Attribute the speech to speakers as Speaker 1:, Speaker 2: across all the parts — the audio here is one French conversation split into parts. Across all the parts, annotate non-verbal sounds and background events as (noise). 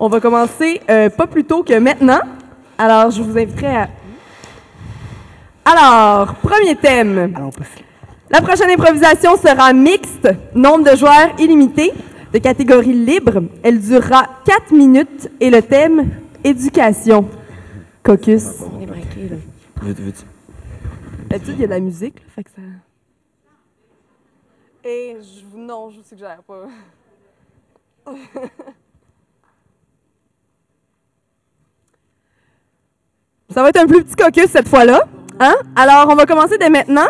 Speaker 1: On va commencer euh, pas plus tôt que maintenant. Alors, je vous inviterai à... Alors, premier thème.
Speaker 2: Allons passer.
Speaker 1: La prochaine improvisation sera mixte, nombre de joueurs illimité, de catégorie libre. Elle durera 4 minutes et le thème éducation. Caucus.
Speaker 3: On est braqués, là.
Speaker 4: Veux- veux-tu-
Speaker 1: D'habitude, il y a de la musique, là, fait que ça. Et je, vous- non, je vous suggère pas. ça va être un plus petit caucus cette fois-là. Hein? Alors, on va commencer dès maintenant.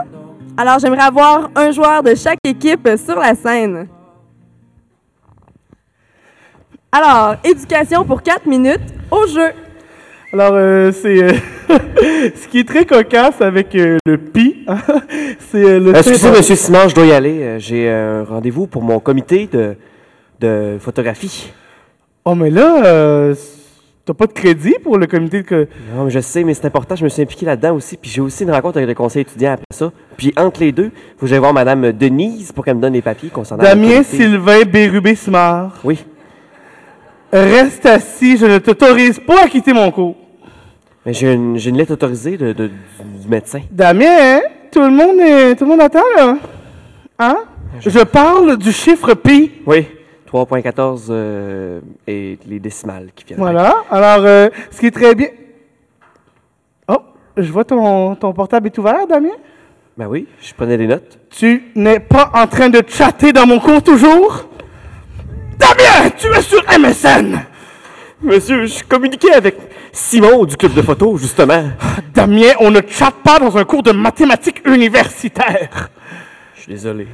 Speaker 1: Alors, j'aimerais avoir un joueur de chaque équipe sur la scène. Alors, éducation pour 4 minutes au jeu.
Speaker 2: Alors, euh, c'est. euh, (laughs) ce qui est très cocasse avec euh, le pi, hein, (laughs) c'est euh, le.
Speaker 4: Excusez,
Speaker 2: fait-
Speaker 4: monsieur Simon, je dois y aller. Euh, J'ai un rendez-vous pour mon comité de, de photographie.
Speaker 2: Oh, mais là, euh, t'as pas de crédit pour le comité de. co-
Speaker 4: Non, Ah, mais je sais, mais c'est important. Je me suis impliqué là-dedans aussi. Puis j'ai aussi une rencontre avec le conseil étudiant après ça. Puis entre les deux, faut que j'aille voir Madame Denise pour qu'elle me donne les papiers concernant. le
Speaker 2: Damien
Speaker 4: comité.
Speaker 2: Sylvain Bérubé Simard.
Speaker 4: Oui.
Speaker 2: Reste assis, je ne t'autorise pas à quitter mon cours.
Speaker 4: Mais j'ai une, j'ai une lettre autorisée de, de- du- du médecin.
Speaker 2: Damien, hein, tout le monde est, tout le monde attend là. Hein? Je parle du chiffre pi.
Speaker 4: Oui. 3.14 euh, et les décimales qui viennent.
Speaker 2: Voilà. Alors, euh, ce qui est très bien. Oh, je vois ton, ton portable est ouvert, Damien.
Speaker 4: Ben oui, je prenais des notes.
Speaker 2: Tu n'es pas en train de chatter dans mon cours toujours? Damien, tu es sur MSN.
Speaker 4: Monsieur, je communiquais avec Simon du club de photo, justement.
Speaker 2: Damien, on ne chatte pas dans un cours de mathématiques universitaires.
Speaker 4: Je suis désolé.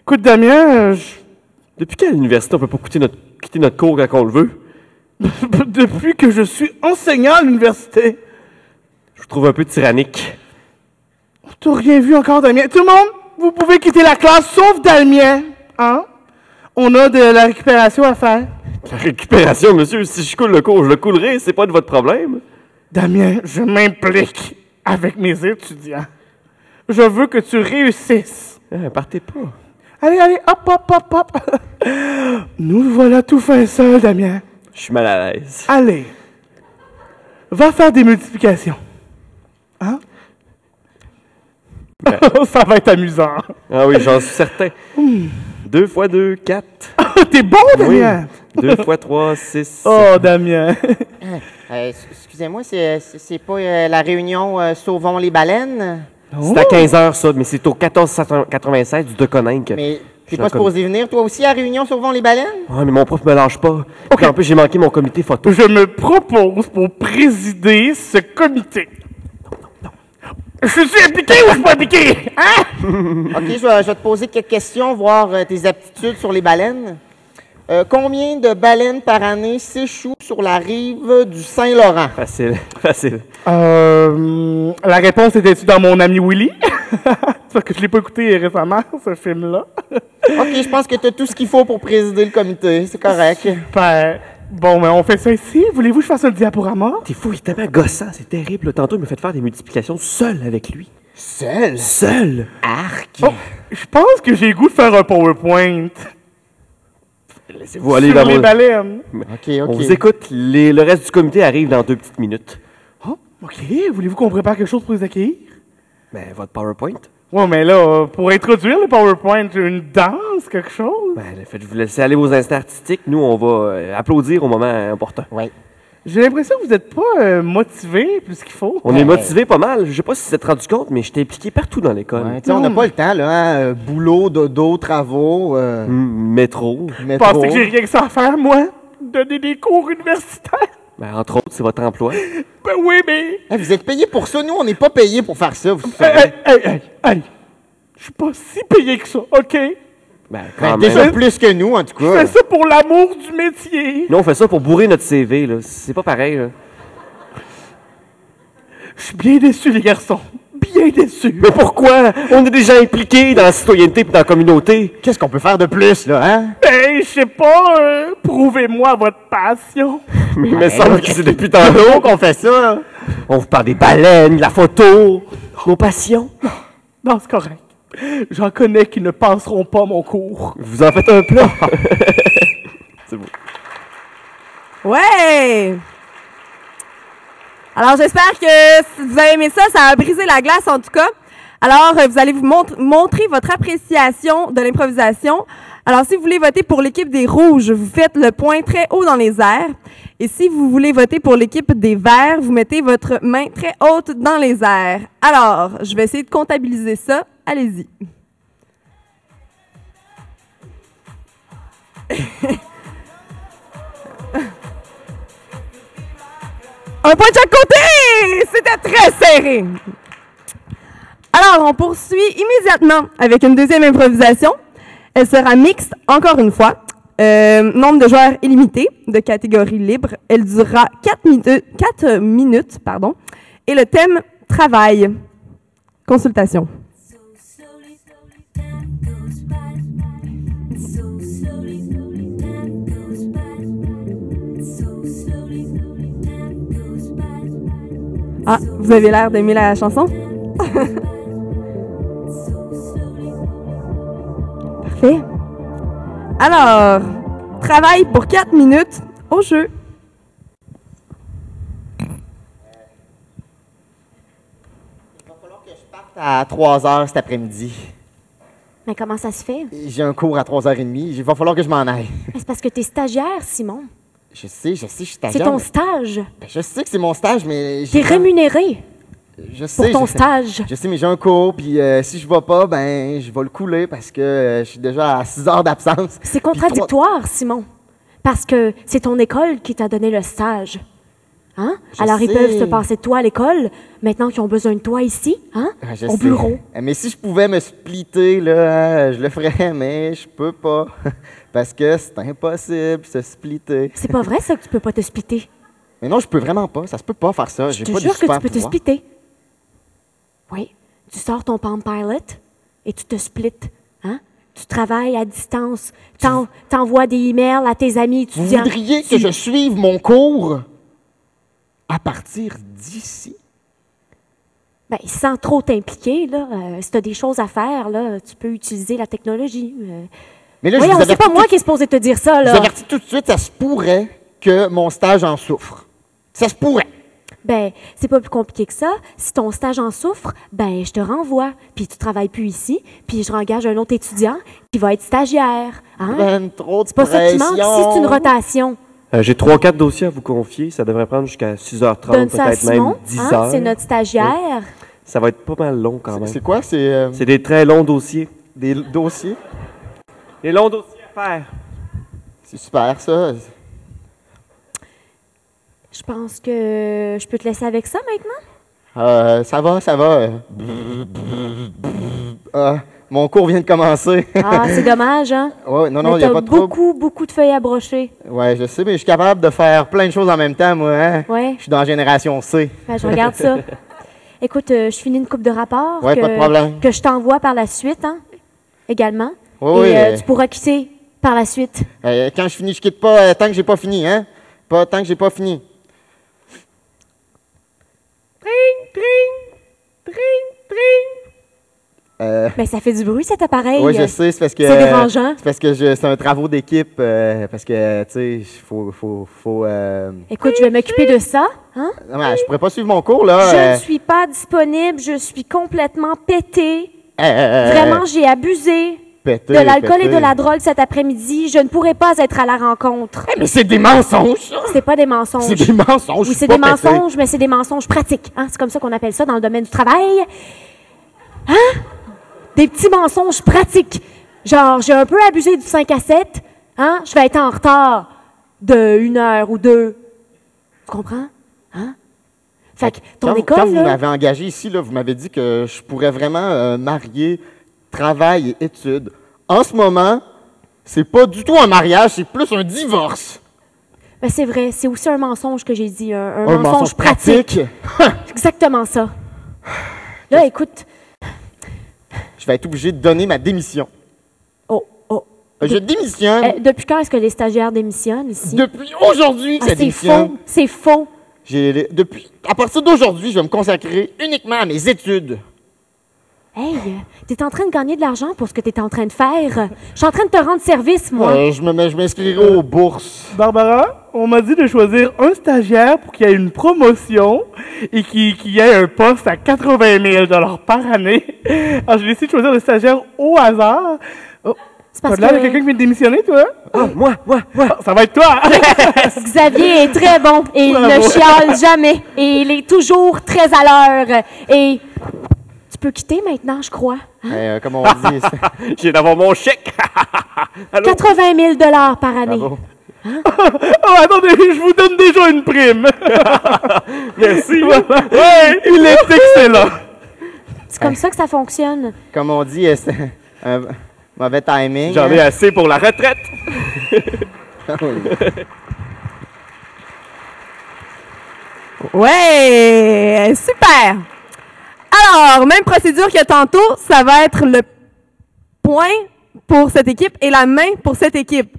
Speaker 2: Écoute, Damien, euh, je- (laughs)
Speaker 4: Depuis quand à l'université on peut pas quitter notre, quitter notre cours quand on le veut?
Speaker 2: depuis que je suis enseignant à l'université.
Speaker 4: Je vous trouve un peu tyrannique.
Speaker 2: T'as rien vu encore, Damien. Tout le monde, vous pouvez quitter la classe, sauf Damien. Hein? On a de la récupération à faire.
Speaker 4: La récupération, monsieur, si je coule le cours, je le coulerai, c'est pas de votre problème.
Speaker 2: Damien, je m'implique avec mes étudiants. Je veux que tu réussisses.
Speaker 4: Ah, partez pas.
Speaker 2: Allez, allez, hop, hop, hop, hop. (laughs) Nous voilà tout fin seul, Damien.
Speaker 4: Je suis mal à l'aise.
Speaker 2: Allez, va faire des multiplications. Hein? (laughs) Ça va être amusant.
Speaker 4: Ah oui, j'en suis certain. Deux fois deux, quatre.
Speaker 2: T'es bon,
Speaker 4: Oui.
Speaker 2: Damien.
Speaker 4: Deux fois trois, six.
Speaker 2: Ah, (laughs) Oh, Damien.
Speaker 5: Euh, s- Excusez-moi, c'est c'est- c'est pas euh, la réunion euh, Sauvons les baleines?
Speaker 4: C'est à 15 heures, ça, mais c'est au 1496 du Deconinck.
Speaker 5: Mais
Speaker 4: suis
Speaker 5: t'es
Speaker 4: dans
Speaker 5: pas
Speaker 4: le
Speaker 5: supposé venir, toi aussi, à la réunion Sauvons
Speaker 4: (laughs)
Speaker 5: les baleines?
Speaker 4: Ah, mais mon prof me lâche pas. Puis en plus, j'ai manqué mon comité photo.
Speaker 2: Je me propose pour présider ce comité. Je suis impliqué ou je suis pas impliqué? Hein?
Speaker 5: OK, je vais, je vais te poser quelques questions, voir euh, tes aptitudes sur les baleines. Euh, combien de baleines par année s'échouent sur la rive du Saint-Laurent?
Speaker 4: Facile, (laughs) facile.
Speaker 2: Euh, la réponse était-tu dans mon ami (laughs) Willy? Parce que je l'ai pas écouté récemment, ce film-là.
Speaker 5: OK, je pense que tu as tout ce qu'il faut pour présider le comité. C'est correct.
Speaker 2: Ben, bon, ben, on fait ça ici. Voulez-vous que je fasse un diaporama?
Speaker 4: T'es fou, il est tellement gossant, c'est terrible. là. Tantôt, il me fait faire des multiplications seul avec lui.
Speaker 5: Seul?
Speaker 4: Seul!
Speaker 5: Arc?
Speaker 2: Oh, je pense que j'ai le goût de faire un PowerPoint.
Speaker 4: Laissez-vous aller
Speaker 2: sur
Speaker 4: dans
Speaker 2: les
Speaker 4: mon...
Speaker 2: baleines.
Speaker 5: OK,
Speaker 4: On
Speaker 5: OK.
Speaker 4: vous écoute. Les- Le reste du comité arrive dans deux petites minutes.
Speaker 2: Oh, OK. Voulez-vous qu'on prépare quelque chose pour les accueillir?
Speaker 4: Ben, votre PowerPoint?
Speaker 2: Ouais, mais là, euh, pour introduire le PowerPoint, une danse, quelque chose?
Speaker 4: Ben, le fait de vous laisser aller aux instants artistiques, nous, on va euh, applaudir au moment important.
Speaker 5: Ouais.
Speaker 2: J'ai l'impression que vous n'êtes pas euh, motivé plus qu'il faut.
Speaker 4: On est motivé pas mal. Je sais pas si vous êtes rendu compte, mais j'étais impliqué partout dans l'école.
Speaker 5: Ouais, tu sais, on n'a pas le temps, là. hein, euh, Boulot, dodo, travaux, euh,
Speaker 4: Hum, métro.
Speaker 5: métro.
Speaker 2: Pensez que j'ai rien que ça à faire, moi? Donner des cours universitaires?
Speaker 4: Ben, entre autres, c'est votre emploi.
Speaker 2: Ben oui, mais...
Speaker 5: Hey, vous êtes payé pour ça. Nous, on n'est pas payé pour faire ça. Vous
Speaker 4: Ben
Speaker 5: savez.
Speaker 2: Hey, hey, hey, hey, hey. eh, Je suis pas si payé que ça, OK?
Speaker 4: Ben,
Speaker 5: Ben,
Speaker 4: quand
Speaker 5: déjà
Speaker 4: même.
Speaker 5: plus que nous, en tout
Speaker 2: Je
Speaker 5: cas.
Speaker 2: fais ça pour l'amour du métier.
Speaker 4: Nous, on fait ça pour bourrer notre CV, là. C'est pas pareil, là.
Speaker 2: Je suis bien déçu, les garçons. Bien déçu.
Speaker 4: Mais pourquoi? On est déjà impliqué dans la citoyenneté et dans la communauté.
Speaker 5: Qu'est-ce qu'on peut faire de plus, là, hein?
Speaker 2: Ben, je sais pas, euh, prouvez-moi votre passion.
Speaker 4: Mais il me semble que (laughs) c'est depuis tantôt Ben qu'on fait ça. On vous parle des baleines, de la photo, nos passions.
Speaker 2: Non, c'est correct. J'en connais qui ne passeront pas mon cours.
Speaker 4: Vous en faites un plat.
Speaker 1: Ouais! Alors, j'espère que si vous avez aimé ça, ça a brisé la glace en tout cas. Alors, euh, vous allez vous mont- montrer votre appréciation de l'improvisation. Alors, si vous voulez voter pour l'équipe des rouges, vous faites le point très haut dans les airs. Et si vous voulez voter pour l'équipe des verts, vous mettez votre main très haute dans les airs. Alors, je vais essayer de comptabiliser ça. Allez-y. Un point de chaque côté! C'était très serré! Alors, on poursuit immédiatement avec une deuxième improvisation. Elle sera mixte, encore une fois. Euh, nombre de joueurs illimité, de catégorie libre. Elle durera 4, minutes. Pardon, et le thème travail. Consultation.
Speaker 3: So slowly, slowly, time goes by. So slowly, slowly, time goes by. So slowly, slowly, time goes by.
Speaker 1: Ah, vous avez l'air d'aimer la chanson? (laughs)
Speaker 3: So slowly.
Speaker 1: Parfait. Alors, travail pour 4 minutes au jeu.
Speaker 5: Il va falloir que je parte à 3 heures cet après-midi.
Speaker 6: Mais comment ça se fait?
Speaker 5: J'ai un cours à 3h30. Il va falloir que je m'en aille.
Speaker 6: Mais C'est parce que tu es stagiaire, Simon.
Speaker 5: Je sais, je sais, je suis
Speaker 6: C'est
Speaker 5: stagiaire,
Speaker 6: ton
Speaker 5: mais-
Speaker 6: stage.
Speaker 5: Ben, je sais que c'est mon stage, mais.
Speaker 6: Tu
Speaker 5: j'ai
Speaker 6: es rémunéré
Speaker 5: Je sais,
Speaker 6: pour ton
Speaker 5: je sais.
Speaker 6: stage.
Speaker 5: Je sais, mais j'ai un cours, puis euh, si je vais pas, ben, je vais le couler parce que euh, je suis déjà à 6 heures d'absence.
Speaker 6: C'est
Speaker 5: Puis trois-
Speaker 6: contradictoire, Simon. Parce que c'est ton école qui t'a donné le stage. Hein?
Speaker 5: Je
Speaker 6: Alors, ils
Speaker 5: sais.
Speaker 6: peuvent se passer de toi à l'école, maintenant qu'ils ont besoin de toi ici, hein?
Speaker 5: Ah, je
Speaker 6: au
Speaker 5: sais.
Speaker 6: bureau.
Speaker 5: Euh, Mais si je pouvais me splitter, là, euh, je le ferais, mais je peux pas. (laughs) Parce que c'est impossible, se splitter.
Speaker 6: C'est pas vrai, ça, que tu peux pas te splitter.
Speaker 5: Mais non, je peux vraiment pas. Ça se peut pas faire ça.
Speaker 6: Je
Speaker 5: J'ai
Speaker 6: te
Speaker 5: pas de
Speaker 6: jure que
Speaker 5: super
Speaker 6: tu peux te
Speaker 5: pouvoir.
Speaker 6: splitter. Oui. Tu sors ton Palm Pilot et tu te splits. Hein? Tu travailles à distance. T'en- T'envoies des emails à tes amis
Speaker 5: Vous
Speaker 6: étudiants.
Speaker 5: voudriez que je suive mon cours à partir d'ici?
Speaker 6: Ben, sans trop t'impliquer, là, euh, si tu as des choses à faire, là, tu peux utiliser la technologie. euh.
Speaker 5: Mais là,
Speaker 6: Voyons,
Speaker 5: je vous
Speaker 6: c'est
Speaker 5: avertis
Speaker 6: pas moi
Speaker 5: tout-
Speaker 6: qui est supposé te dire ça.
Speaker 5: je
Speaker 6: Là.
Speaker 5: vous avertis tout de suite, ça se pourrait que mon stage en souffre. Ça se pourrait.
Speaker 6: Ben, c'est pas plus compliqué que ça. Si ton stage en souffre, ben, je te renvoie. Puis tu travailles plus ici, puis je engage un autre étudiant qui va être stagiaire. Hein?
Speaker 5: Ben, trop de
Speaker 6: c'est pas ça qui manque. Si c'est une
Speaker 5: pression.
Speaker 6: rotation,
Speaker 4: (laughs) Euh, J'ai trois, quatre dossiers à vous confier. Ça devrait prendre jusqu'à 6h30,
Speaker 6: donne ça à
Speaker 4: peut-être même
Speaker 6: Simon.
Speaker 4: 10
Speaker 6: hein,
Speaker 4: heures.
Speaker 6: C'est notre stagiaire.
Speaker 4: Ça va être pas mal long quand
Speaker 5: C'est-
Speaker 4: même.
Speaker 5: C'est quoi? C'est euh,
Speaker 4: C'est des très longs dossiers.
Speaker 5: des dossiers?
Speaker 4: Des longs dossiers à faire.
Speaker 5: C'est super, ça.
Speaker 6: Je pense que je peux te laisser avec ça maintenant.
Speaker 5: Euh, ça va, ça va. Euh, ah, mon cours vient de commencer.
Speaker 6: Ah, c'est dommage, hein?
Speaker 5: (laughs) ouais, non, non,
Speaker 6: Mais
Speaker 5: il n'y a
Speaker 6: t'as
Speaker 5: pas de trouble.
Speaker 6: beaucoup, beaucoup de feuilles à brocher.
Speaker 5: Ouais, je sais, mais je suis capable de faire plein de choses en même temps, moi. hein.
Speaker 6: Ouais.
Speaker 5: Je suis dans la génération C.
Speaker 6: Ben, je
Speaker 5: (laughs)
Speaker 6: regarde ça. Écoute, euh, je finis une coupe de rapport
Speaker 5: Ouais,
Speaker 6: que,
Speaker 5: pas de problème.
Speaker 6: que je t'envoie par la suite, hein, également.
Speaker 5: Ouais,
Speaker 6: Et
Speaker 5: ouais,
Speaker 6: euh,
Speaker 5: euh,
Speaker 6: tu pourras quitter par la
Speaker 5: (laughs)
Speaker 6: suite.
Speaker 5: Euh, quand je finis, je quitte pas euh, tant que j'ai pas fini, hein? Pas tant que j'ai pas fini. Euh,
Speaker 6: Mais Ben, ça fait du bruit, cet appareil.
Speaker 5: oui, je sais, c'est parce que.
Speaker 6: euh, c'est dérangeant.
Speaker 5: C'est parce que je- c'est un travaux d'équipe. euh, parce que, tu sais, il faut. faut, faut euh,
Speaker 6: Écoute, je vais m'occuper de ça. Hein?
Speaker 5: Non, mais je pourrais pas suivre mon cours, là.
Speaker 6: Je
Speaker 5: euh,
Speaker 6: ne suis pas disponible, je suis complètement pétée.
Speaker 5: euh, euh,
Speaker 6: Vraiment, j'ai abusé
Speaker 5: pété,
Speaker 6: de l'alcool et
Speaker 5: pété.
Speaker 6: de la drogue cet après-midi. Je ne pourrais pas être à la rencontre.
Speaker 5: Eh, mais c'est des mensonges, ça!
Speaker 6: C'est pas des mensonges.
Speaker 5: C'est des mensonges.
Speaker 6: Oui,
Speaker 5: je suis
Speaker 6: c'est
Speaker 5: pas
Speaker 6: des
Speaker 5: pété.
Speaker 6: mensonges, mais c'est des mensonges pratiques. hein. C'est comme ça qu'on appelle ça dans le domaine du travail. Hein? Des petits mensonges pratiques. Genre, j'ai un peu abusé du 5 à 7. Hein? Je vais être en retard de une heure ou deux. Tu comprends? Hein? Fait que ton
Speaker 5: quand, vous-
Speaker 6: école,
Speaker 5: quand vous
Speaker 6: là,
Speaker 5: m'avez engagé ici, là, vous m'avez dit que je pourrais vraiment euh, marier travail et études. En ce moment, c'est pas du tout un mariage, c'est plus un divorce.
Speaker 6: ben, c'est vrai, c'est aussi un mensonge que j'ai dit. Un, un
Speaker 5: Un
Speaker 6: mensonge, pratique. C'est Exactement (sighs) ça. Là, écoute.
Speaker 5: Je vais être obligé de donner ma démission. Euh,
Speaker 6: Oh, oh.
Speaker 5: Je démissionne
Speaker 6: Eh, depuis quand est-ce que les stagiaires démissionnent ici?
Speaker 5: depuis aujourd'hui que
Speaker 6: Ah,
Speaker 5: ça
Speaker 6: c'est
Speaker 5: démissionne.
Speaker 6: faux. C'est faux.
Speaker 5: J'ai- Depuis, à partir d'aujourd'hui, je vais me consacrer uniquement à mes études.
Speaker 6: Hey, euh, t'es en train de gagner de l'argent pour ce que t'es en train de faire. Je suis en train de te rendre service, moi.
Speaker 7: Euh, je me mets- je m'inscrirai aux bourses.
Speaker 2: Barbara, on m'a dit de choisir un stagiaire pour qu'il y ait une promotion et qu'il qu'il y ait un poste à 80 000 par année. Alors, j'ai décidé de choisir le stagiaire au hasard. Oh,
Speaker 6: C'est
Speaker 2: t'as
Speaker 6: parce
Speaker 2: l'air de
Speaker 6: que-
Speaker 2: quelqu'un qui vient de démissionner, toi?
Speaker 4: Ah, moi, moi, moi.
Speaker 2: Ah, Ça va être
Speaker 6: (laughs)
Speaker 2: toi!
Speaker 6: Xavier est très bon et il ne
Speaker 2: Bravo.
Speaker 6: chiale jamais. Et il est toujours très à l'heure. Et tu peux quitter maintenant, je crois.
Speaker 7: Mais, euh, comme on dit, c'est-
Speaker 4: (laughs) J'ai d'avoir mon chèque. Allô?
Speaker 6: 80 000 dollars par année.
Speaker 7: Bravo.
Speaker 2: oh, attendez, je vous donne déjà une prime!
Speaker 4: (laughs) Merci.
Speaker 2: ouais, il est excellent!
Speaker 6: C'est comme ça que ça fonctionne.
Speaker 7: comme on dit, euh, c'est un mauvais timing.
Speaker 4: J'en ai assez pour la retraite.
Speaker 1: Ouais, super. Alors, même procédure que tantôt, ça va être le point pour cette équipe et la main pour cette équipe.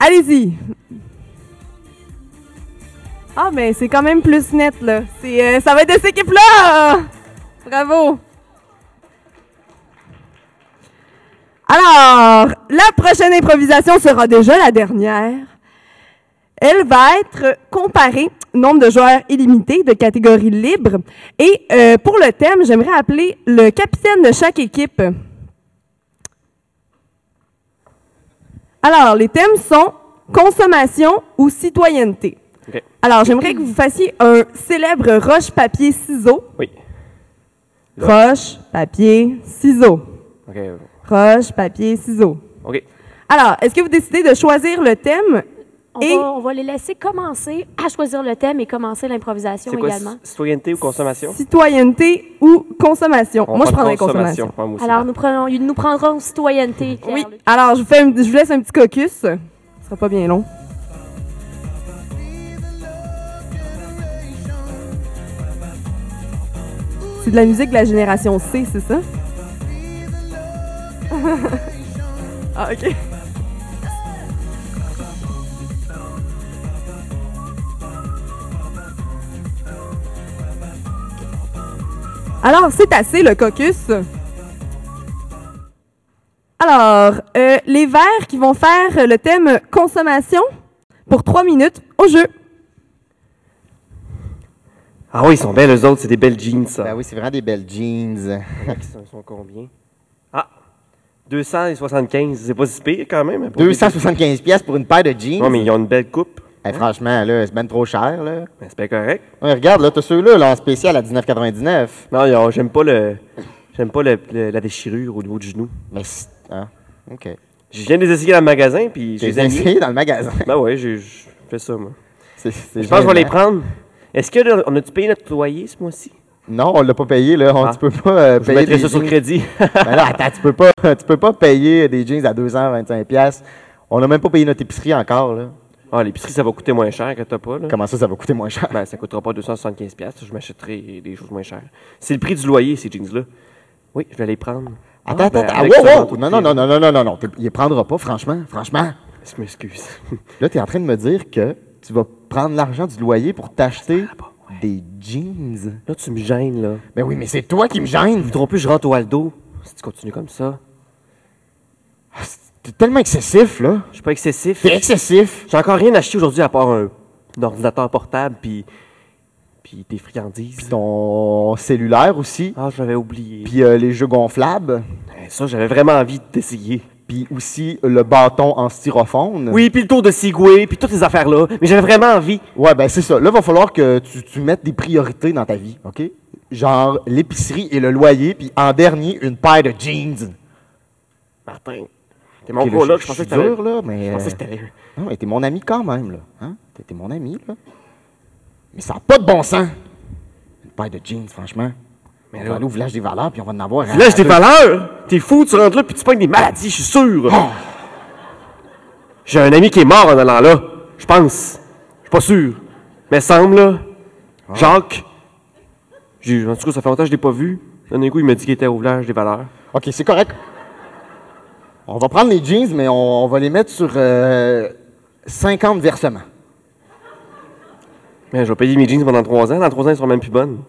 Speaker 1: Allez-y. Ah, mais c'est quand même plus net, là. C'est, euh, ça va être de cette équipe-là. Bravo. Alors, la prochaine improvisation sera déjà la dernière. Elle va être comparée, nombre de joueurs illimités de catégorie libre. Et euh, pour le thème, j'aimerais appeler le capitaine de chaque équipe. Alors, les thèmes sont consommation ou citoyenneté.
Speaker 4: OK.
Speaker 1: Alors, j'aimerais que vous fassiez un célèbre roche-papier-ciseau.
Speaker 4: Oui.
Speaker 1: Roche-papier-ciseau.
Speaker 4: OK. euh,
Speaker 1: Roche-papier-ciseau.
Speaker 4: OK.
Speaker 1: Alors, est-ce que vous décidez de choisir le thème
Speaker 6: On,
Speaker 1: et
Speaker 6: va, on va les laisser commencer à choisir le thème et commencer l'improvisation
Speaker 4: C'est quoi,
Speaker 6: également.
Speaker 4: ci- citoyenneté ou consommation?
Speaker 1: citoyenneté ou consommation?
Speaker 4: On
Speaker 1: Moi, je
Speaker 4: prend
Speaker 1: prendrais consommation.
Speaker 4: Ouais, moi aussi.
Speaker 6: Alors, nous, prenons, nous prendrons citoyenneté. Pierre.
Speaker 1: Oui. Alors, je vous, fais un- je vous laisse un petit caucus. Ce sera pas bien long. C'est de la musique de la génération C, c'est ça? (laughs) ah, OK. Alors, c'est assez le caucus. Alors, euh, les verts qui vont faire euh, le thème consommation pour trois minutes au
Speaker 2: (laughs)
Speaker 1: jeu.
Speaker 4: Ah oui, ils sont belles, eux autres. C'est des belles jeans, ça.
Speaker 7: Ben oui, c'est vraiment des belles jeans.
Speaker 4: Ils sont, (laughs) ils sont combien? Ah! 275, c'est pas si pire quand même. pour
Speaker 7: 275 pièces pour une paire de jeans.
Speaker 4: des- Non, mais ils ont une belle coupe.
Speaker 7: Eh, franchement, là, c'est ben trop cher, là.
Speaker 4: Ben, c'est bien correct.
Speaker 7: Ouais, regarde, là, t'as ceux-là, là, en spécial à 19,99.
Speaker 4: Non, ils ont- j'aime pas le. J'aime pas le- le- la déchirure au niveau du genou.
Speaker 7: Mais c'est... Ah, OK.
Speaker 4: Je viens de les essayer dans le magasin, puis je
Speaker 7: J'ai
Speaker 4: les ai mis.
Speaker 7: essayé dans le magasin. (laughs)
Speaker 4: Ben ouais, j'ai- je fais ça, moi.
Speaker 7: C'est- c'est
Speaker 4: Je pense que je vais les
Speaker 7: gênant.
Speaker 4: prendre. Est-ce que là, on a-tu payé notre loyer ce mois-ci?
Speaker 7: Non, on l'a pas payé, là. On,
Speaker 4: Ah.
Speaker 7: Tu peux pas euh,
Speaker 4: Je
Speaker 7: payer
Speaker 4: mettrai
Speaker 7: des
Speaker 4: ça sur
Speaker 7: jeans.
Speaker 4: crédit.
Speaker 7: (laughs) Ben là, attends, tu peux pas, tu peux pas payer des jeans à 225 pièces. On n'a même pas payé notre épicerie encore, là.
Speaker 4: ah, l'épicerie, ça va coûter moins cher que t'as pas, là.
Speaker 7: Comment ça, ça va coûter moins cher?
Speaker 4: Ben, ça coûtera pas 275$. piastres, Je m'achèterai des choses moins chères. C'est le prix du loyer, ces jeans-là. Oui, je vais les prendre.
Speaker 7: Attends,
Speaker 4: Ah, ben,
Speaker 7: attends, attends.
Speaker 4: avec
Speaker 7: wow,
Speaker 4: ça,
Speaker 7: wow!
Speaker 4: j'entends
Speaker 7: Non,
Speaker 4: tout
Speaker 7: non,
Speaker 4: le
Speaker 7: non, non, non, non, non, non. t'es- Il les prendra pas, franchement, franchement.
Speaker 4: Je m'excuse. (laughs)
Speaker 7: Là, tu es en train de me dire que tu vas prendre l'argent du loyer pour t'acheter des jeans.
Speaker 4: Là, tu me gênes, là.
Speaker 7: Ben oui, mais c'est toi qui me gêne.
Speaker 4: Je voudrais plus, je rentre au Aldo. Si tu continues comme ça,
Speaker 7: Ah, T'es tellement excessif, là.
Speaker 4: je suis pas excessif.
Speaker 7: T'es excessif.
Speaker 4: J'ai encore rien acheté aujourd'hui à part un, un ordinateur portable puis puis des friandises.
Speaker 7: Ton cellulaire aussi.
Speaker 4: Ah, j'avais oublié.
Speaker 7: Puis euh, les jeux gonflables.
Speaker 4: Eh, ça, j'avais vraiment envie d'essayer.
Speaker 7: Puis aussi euh, le bâton en styrofoam.
Speaker 4: Oui, puis le tour de Segway, puis toutes ces affaires là, mais j'avais vraiment envie.
Speaker 7: Ouais, ben c'est ça. Là, va falloir que tu, tu mettes des priorités dans ta vie, OK? Genre l'épicerie et le loyer, puis en dernier, une paire de jeans.
Speaker 4: Martin, t'es mon
Speaker 7: Ok,
Speaker 4: gros Oh, là,
Speaker 7: je-
Speaker 4: je pensais
Speaker 7: je
Speaker 4: que
Speaker 7: suis
Speaker 4: t'avais.
Speaker 7: dur, là, mais...
Speaker 4: Je pensais que
Speaker 7: euh,
Speaker 4: t'avais.
Speaker 7: Non, mais t'es mon ami quand même, là. Hein? T'es t'es mon ami, là. Mais ça n'a pas de bon sens. Une paire de jeans, franchement. Mais on va aller au village des valeurs, puis on va en avoir... à-
Speaker 4: Là, j'ai des
Speaker 7: à-
Speaker 4: valeurs. T'es fou, tu rentres là, puis tu pognes des maladies, je suis sûr. J'ai un ami qui est mort en allant là, je pense. Je suis pas sûr. Mais semble, là. Jacques. J'ai- En tout cas, ça fait longtemps que je l'ai pas vu. D'un coup, il m'a dit qu'il était au village des valeurs.
Speaker 7: OK, c'est correct. On va prendre les jeans, mais on, on va les mettre sur euh, 50 versements.
Speaker 4: Mais je vais payer mes jeans pendant trois ans. Dans trois ans, ils seront même plus bonnes.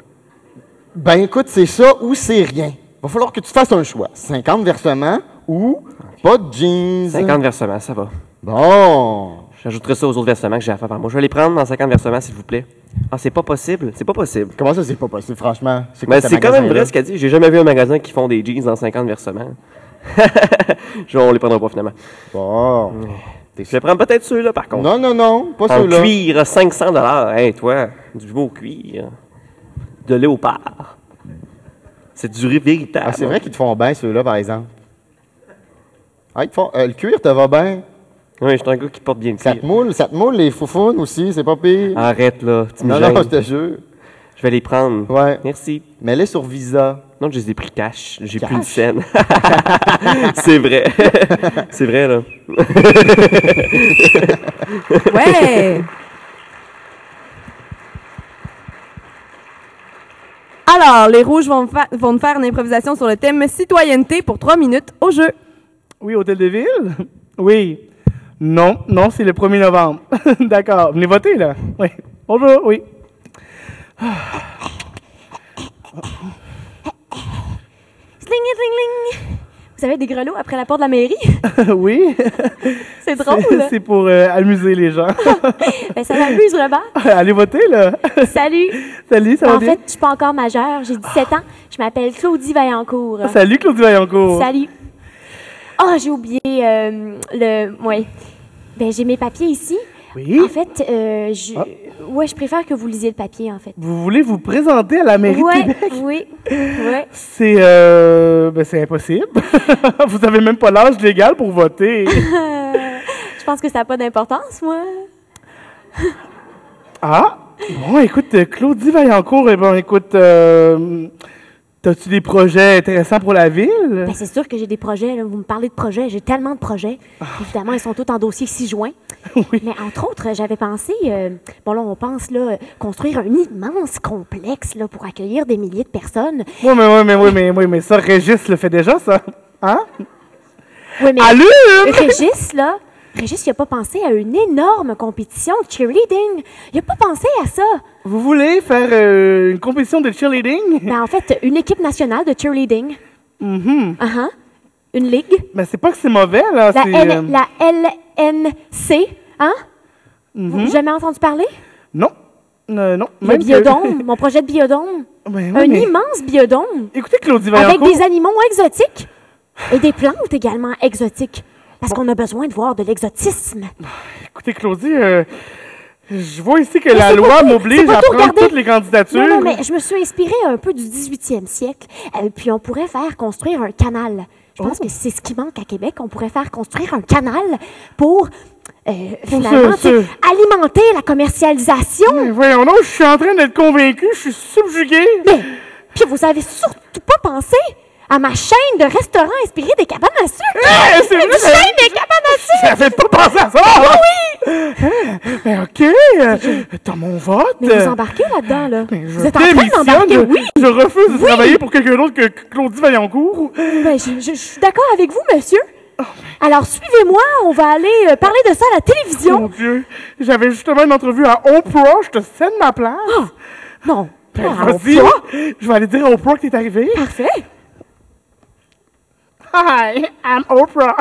Speaker 7: Ben écoute, c'est ça ou c'est rien.
Speaker 5: va falloir que tu fasses un choix. 50 versements ou pas de jeans.
Speaker 4: 50 versements, ça va.
Speaker 5: Bon.
Speaker 4: J'ajouterai ça aux autres versements que j'ai à faire par mois. Je vais les prendre dans 50 versements, s'il vous plaît. Ah, c'est pas possible. C'est pas possible.
Speaker 5: Comment ça, c'est pas possible, franchement? C'est quoi
Speaker 4: Mais
Speaker 5: ce
Speaker 4: Ben, c'est quand même
Speaker 5: magasin-là?
Speaker 4: vrai ce qu'elle dit. J'ai jamais vu un magasin qui font des jeans dans 50 versements. (laughs) Je- On les prendra pas finalement.
Speaker 5: Bon.
Speaker 4: Je vais prendre peut-être ceux-là par contre.
Speaker 5: Non, non, non, pas
Speaker 4: en
Speaker 5: ceux-là.
Speaker 4: cuir, 500 dollars. Hey, toi, du beau cuir. De léopard. C'est du riz véritable.
Speaker 5: Ah, c'est vrai qu'ils te font bien, ceux-là, par exemple. Ah, ils te font... euh, le cuir te va bien.
Speaker 4: Oui, je suis un gars qui porte bien le
Speaker 5: Ça te
Speaker 4: cuir. Ah,
Speaker 5: moule, ça te moule les foufounes aussi, c'est pas pire.
Speaker 4: Arrête là, tu me
Speaker 5: non,
Speaker 4: gênes.
Speaker 5: non, je te jure.
Speaker 4: Je vais les prendre.
Speaker 5: Ouais.
Speaker 4: Merci.
Speaker 5: Mais les sur Visa.
Speaker 4: Non, je les ai pris cash. J'ai
Speaker 5: Cash?
Speaker 4: plus de scène. (laughs) c'est vrai. (laughs) c'est vrai, là.
Speaker 1: Ouais! Alors, les rouges vont, me fa- vont me faire une improvisation sur le thème citoyenneté pour trois minutes au jeu.
Speaker 2: Oui, Hôtel de Ville? Oui. Non, non, c'est le 1er novembre. (laughs) D'accord. Venez voter, là. Oui. Bonjour, oui. (laughs)
Speaker 6: Sling, sling, sling. Vous avez des grelots après la porte de la mairie? (laughs)
Speaker 2: oui.
Speaker 6: C'est drôle. hein?
Speaker 2: C'est pour euh, amuser les gens. (laughs)
Speaker 6: ben, ça m'amuse vraiment.
Speaker 2: Allez voter, là.
Speaker 6: Salut.
Speaker 2: Salut, ça va
Speaker 6: en
Speaker 2: bien?
Speaker 6: fait, je suis pas encore majeure. J'ai 17 ans. Je m'appelle Claudie Vaillancourt.
Speaker 2: Salut, Claudie Vaillancourt.
Speaker 6: Salut. Ah, j'ai oublié euh, le. Ouais. Ben, j'ai mes papiers ici.
Speaker 2: Oui. Ah.
Speaker 6: En fait, euh, je... ouais, je préfère que vous lisiez le papier, en fait.
Speaker 2: Vous voulez vous présenter à la mairie de
Speaker 6: ouais,
Speaker 2: Québec?
Speaker 6: oui,
Speaker 2: (laughs)
Speaker 6: ouais.
Speaker 2: C'est euh, ben, c'est impossible. (laughs) Vous avez même pas l'âge légal pour voter.
Speaker 6: Je pense que ça n'a pas d'importance, moi.
Speaker 2: Ah, bon, écoute, euh, Claudie Vaillancourt, eh ben, écoute, euh, t'as-tu des projets intéressants pour la ville?
Speaker 6: Ben, c'est sûr que j'ai des projets. là. Vous me parlez de projets. J'ai tellement de projets.
Speaker 2: Ah.
Speaker 6: Évidemment, ils sont tous en dossier
Speaker 2: (laughs)
Speaker 6: 6 juin. Mais entre autres, j'avais pensé, euh, bon là, on pense là, construire un immense complexe là, pour accueillir des milliers de personnes.
Speaker 2: Oui, mais, oui, mais, oui, mais, oui, mais ça, Régis le fait déjà, ça. Hein?
Speaker 6: Oui, mais
Speaker 2: Allume!
Speaker 6: Régis, là, Régis, il n'a pas pensé à une énorme compétition de cheerleading. Il n'a pas pensé à ça.
Speaker 2: Vous voulez faire euh, une compétition de cheerleading?
Speaker 6: Ben, en fait, une équipe nationale de cheerleading. Uh-huh. Une ligue.
Speaker 2: Mm-hmm. Mais c'est pas que c'est mauvais, là.
Speaker 6: La,
Speaker 2: c'est,
Speaker 6: L-
Speaker 2: euh,
Speaker 6: la LNC, hein?
Speaker 2: Mm-hmm.
Speaker 6: Vous n'avez jamais entendu parler?
Speaker 2: Non. Euh, non.
Speaker 6: Le
Speaker 2: même que-
Speaker 6: biodôme, mon projet de biodôme.
Speaker 2: (laughs) Ben oui,
Speaker 6: un
Speaker 2: mais- Ben,
Speaker 6: immense biodôme
Speaker 2: Écoutez, Claudie
Speaker 6: avec
Speaker 2: Vaillancourt.
Speaker 6: des animaux exotiques et des plantes également exotiques. Parce qu'on a besoin de voir de l'exotisme.
Speaker 2: Écoutez, Claudie, euh, je vois ici que
Speaker 6: Mais
Speaker 2: la
Speaker 6: c'est pas
Speaker 2: loi
Speaker 6: tout- c'est
Speaker 2: m'oblige
Speaker 6: pas
Speaker 2: à
Speaker 6: tout
Speaker 2: prendre
Speaker 6: regarder.
Speaker 2: toutes les candidatures.
Speaker 6: Non, non, mais je me suis inspirée un peu du 18e siècle. Euh, puis on pourrait faire construire un canal. Je
Speaker 2: Oh.
Speaker 6: pense que c'est ce qui manque à Québec. On pourrait faire construire un canal pour, euh, finalement,
Speaker 2: se-
Speaker 6: tu sais, alimenter la commercialisation.
Speaker 2: Mais voyons donc, je suis en train d'être convaincu, je suis subjugué.
Speaker 6: Mais, puis vous avez surtout pas pensé à ma chaîne de restaurants inspirée des cabanes à sucre.
Speaker 2: Hey, Eh, c'est vrai, ben
Speaker 6: Une
Speaker 2: mais-
Speaker 6: chaîne des cabanes à sucre!
Speaker 2: J'avais pas pensé à ça! Ah oui! Mais ok, euh, t'as mon vote. Ben,
Speaker 6: Mais vous embarquez là-dedans, là.
Speaker 2: Je
Speaker 6: Vous êtes en train d'embarquer,
Speaker 2: démissionne,
Speaker 6: oui.
Speaker 2: Je refuse de travailler pour quelqu'un d'autre que Claudie Vaillancourt.
Speaker 6: Ben, je, je- je suis d'accord avec vous, monsieur.
Speaker 2: Oh, ben.
Speaker 6: Alors, suivez-moi, on va aller euh, parler de ça à la
Speaker 2: Mon
Speaker 6: télévision.
Speaker 2: Dieu, j'avais justement une entrevue à Oprah, je te cède ma place.
Speaker 6: Non.
Speaker 2: Ben,
Speaker 6: Ah,
Speaker 2: Vas-y, je vais aller dire à Oprah que t'es arrivé.
Speaker 6: Parfait.
Speaker 2: Hi, I'm Oprah.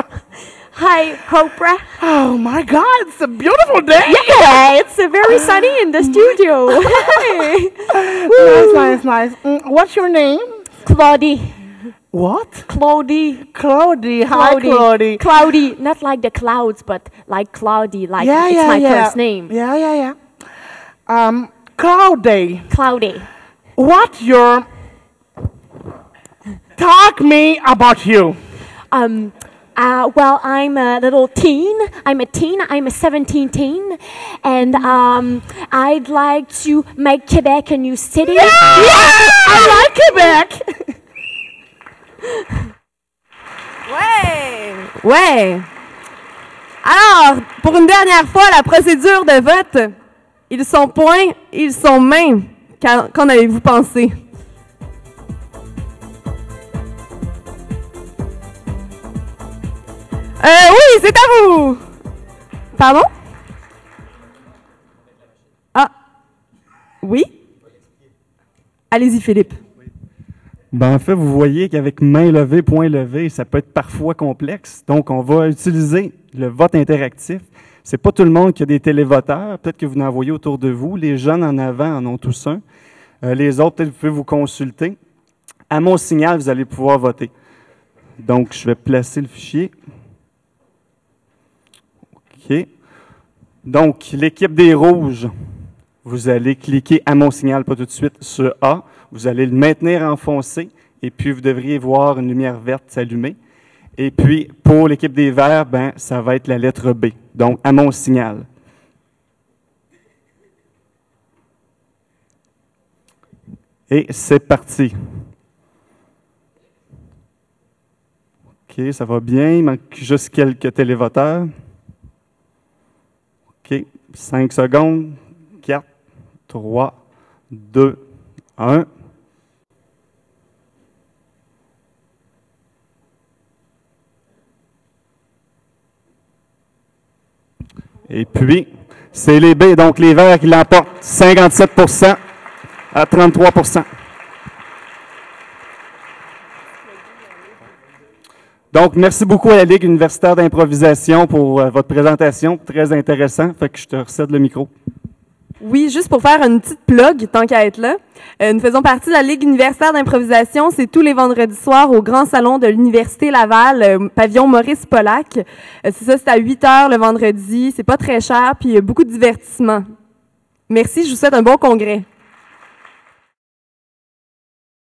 Speaker 6: Hi, Oprah.
Speaker 2: Oh my God, it's a beautiful day.
Speaker 6: Yeah, it's very sunny in the studio. (laughs) Hey.
Speaker 2: Nice, nice, nice. Mm, What's your name?
Speaker 6: Claudie.
Speaker 2: What?
Speaker 6: Claudie.
Speaker 2: Claudie. Hi,
Speaker 6: Cloudy.
Speaker 2: Claudie.
Speaker 6: Cloudy, not like the clouds, but like Cloudy, like
Speaker 2: yeah,
Speaker 6: it's
Speaker 2: yeah,
Speaker 6: my
Speaker 2: yeah.
Speaker 6: first name.
Speaker 2: Yeah, yeah, yeah. Um, Claudia,
Speaker 6: Cloudy.
Speaker 2: what your talk me about you?
Speaker 6: Um, uh, well, I'm a little teen. I'm a teen. I'm a 17 teen, and um, I'd like to make Quebec a new city.
Speaker 1: Ah!
Speaker 2: I like Quebec.
Speaker 1: Ouais! Ouais! Alors, pour une dernière fois, la procédure de vote. Ils sont points, ils sont mains. Qu'en qu'en avez-vous pensé? Euh, oui, c'est à vous! Pardon? Ah. Oui? Allez-y, Philippe.
Speaker 8: Ben, en fait, vous voyez qu'avec main levée, point levé, ça peut être parfois complexe. Donc, on va utiliser le vote interactif. C'est pas tout le monde qui a des télévoteurs. Peut-être que vous en voyez autour de vous. Les jeunes en avant en ont tous un. Euh, les autres, peut-être vous pouvez vous consulter. À mon signal, vous allez pouvoir voter. Donc, je vais placer le fichier. OK. Donc, l'équipe des rouges, vous allez cliquer à mon signal, pas tout de suite, sur A. Vous allez le maintenir enfoncé et puis vous devriez voir une lumière verte s'allumer. Et puis, pour l'équipe des verts, ben, ça va être la lettre B. Donc, à mon signal. Et c'est parti. OK, ça va bien. Il manque juste quelques télévoteurs. OK, 5 secondes. 4, 3, 2, 1. Et puis, c'est les B, donc les verts qui l'emportent 57 à 33 Donc, merci beaucoup à la Ligue universitaire d'improvisation pour euh, votre présentation. Très intéressant. Fait que je te recède le micro.
Speaker 1: Oui, juste pour faire une petite plug, tant qu'à être là. euh, nous faisons partie de la Ligue universitaire d'improvisation. C'est tous les vendredis soirs au Grand Salon de l'Université Laval, euh, pavillon Maurice Polac. Euh, c'est ça, c'est à 8 heures le vendredi. C'est pas très cher, puis il y a beaucoup de divertissement. Merci, je vous souhaite un bon congrès.